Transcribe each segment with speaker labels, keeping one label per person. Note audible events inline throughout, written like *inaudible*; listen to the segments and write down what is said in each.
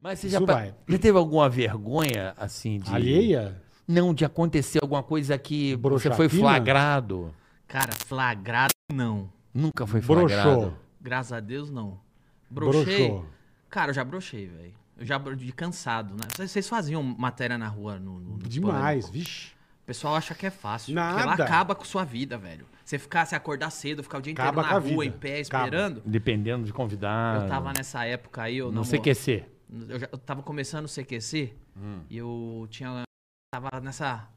Speaker 1: Mas você já,
Speaker 2: Isso
Speaker 1: pa-
Speaker 2: vai.
Speaker 1: já teve alguma vergonha, assim, de.
Speaker 2: Alheia?
Speaker 1: Não, de acontecer alguma coisa que
Speaker 2: Broxapina?
Speaker 1: você foi flagrado.
Speaker 3: Cara, flagrado não.
Speaker 1: Nunca foi flagrado.
Speaker 2: Broxou.
Speaker 3: Graças a Deus, não. Brochei.
Speaker 2: Broxou.
Speaker 3: Cara, eu já brochei, velho. Eu já bro- de cansado, né? Vocês- Vocês faziam matéria na rua no, no- no
Speaker 2: Demais,
Speaker 3: Pânico.
Speaker 2: vixe.
Speaker 3: O pessoal acha que é fácil.
Speaker 2: Nada.
Speaker 3: Porque ela acaba com sua vida, velho. Você ficar, se acordar cedo, ficar o dia inteiro
Speaker 2: Acaba
Speaker 3: na
Speaker 2: com a
Speaker 3: rua,
Speaker 2: vida.
Speaker 3: em pé,
Speaker 2: Acaba.
Speaker 3: esperando.
Speaker 1: Dependendo de convidado.
Speaker 3: Eu tava nessa época aí, eu
Speaker 1: Não
Speaker 3: namo-
Speaker 1: sei que ser.
Speaker 3: eu, já, eu tava começando o CQC e eu tinha tava nessa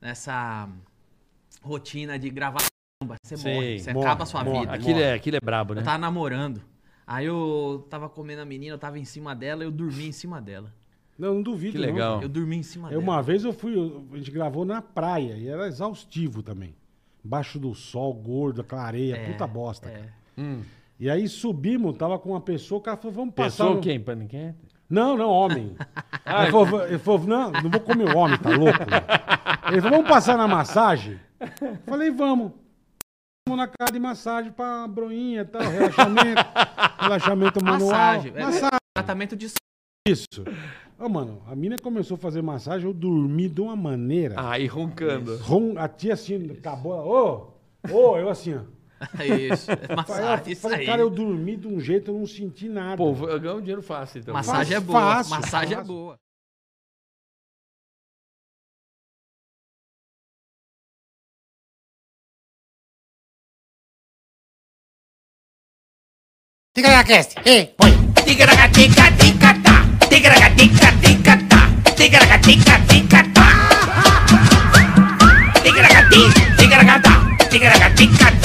Speaker 3: nessa rotina de gravar samba. Você
Speaker 1: Sei,
Speaker 3: morre, você
Speaker 2: morre,
Speaker 3: acaba a sua
Speaker 2: morre.
Speaker 3: vida.
Speaker 1: Aquilo é, aquilo é brabo, né?
Speaker 3: Eu tava namorando. Aí eu tava comendo a menina, eu tava em cima dela, eu dormi em cima dela.
Speaker 2: Não, não duvido.
Speaker 1: Que
Speaker 2: não.
Speaker 1: legal.
Speaker 3: Eu dormi em cima
Speaker 2: Eu,
Speaker 3: dela.
Speaker 2: uma vez eu fui, eu- a gente gravou na praia e era exaustivo também. Embaixo do sol, gordo, aquela areia,
Speaker 1: É,
Speaker 2: puta bosta. cara. E aí subimos, tava com uma pessoa, o cara falou, vamos passar.
Speaker 1: Pensou
Speaker 2: no-
Speaker 1: quem? Pra ninguém?
Speaker 2: Não, não,
Speaker 3: *laughs*
Speaker 2: homem.
Speaker 1: Ah,
Speaker 2: ele, falou, ele falou, não, não vou comer o homem, tá louco? velho? Ele falou, vamos passar na massagem? Eu Falei, vamos. Vamos na casa de massagem pra broinha e tal,
Speaker 3: *laughs*
Speaker 2: relaxamento, relaxamento manual.
Speaker 3: Massagem, é.
Speaker 2: Massagem,
Speaker 3: Tratamento de
Speaker 2: isso. Ô, mano, a mina começou a fazer massagem, eu dormi de uma maneira.
Speaker 1: Ah, e roncando.
Speaker 2: Ron, a tia assim, acabou, ela, ô, ô, eu assim, ó.
Speaker 3: *laughs* isso, é
Speaker 2: Falei, ah,
Speaker 3: massagem, isso
Speaker 2: falei,
Speaker 3: aí.
Speaker 2: cara, eu dormi de um jeito, eu não senti nada.
Speaker 1: Pô, eu ganho dinheiro fácil, então.
Speaker 3: Massagem é
Speaker 2: Fácil,
Speaker 3: boa,
Speaker 2: fácil,
Speaker 3: massagem é
Speaker 2: fácil.
Speaker 3: boa.
Speaker 4: Diga na cast. Ei, põe.
Speaker 5: Tigra-ga-tica, tigra-ga-tá, tigra-ga-tica,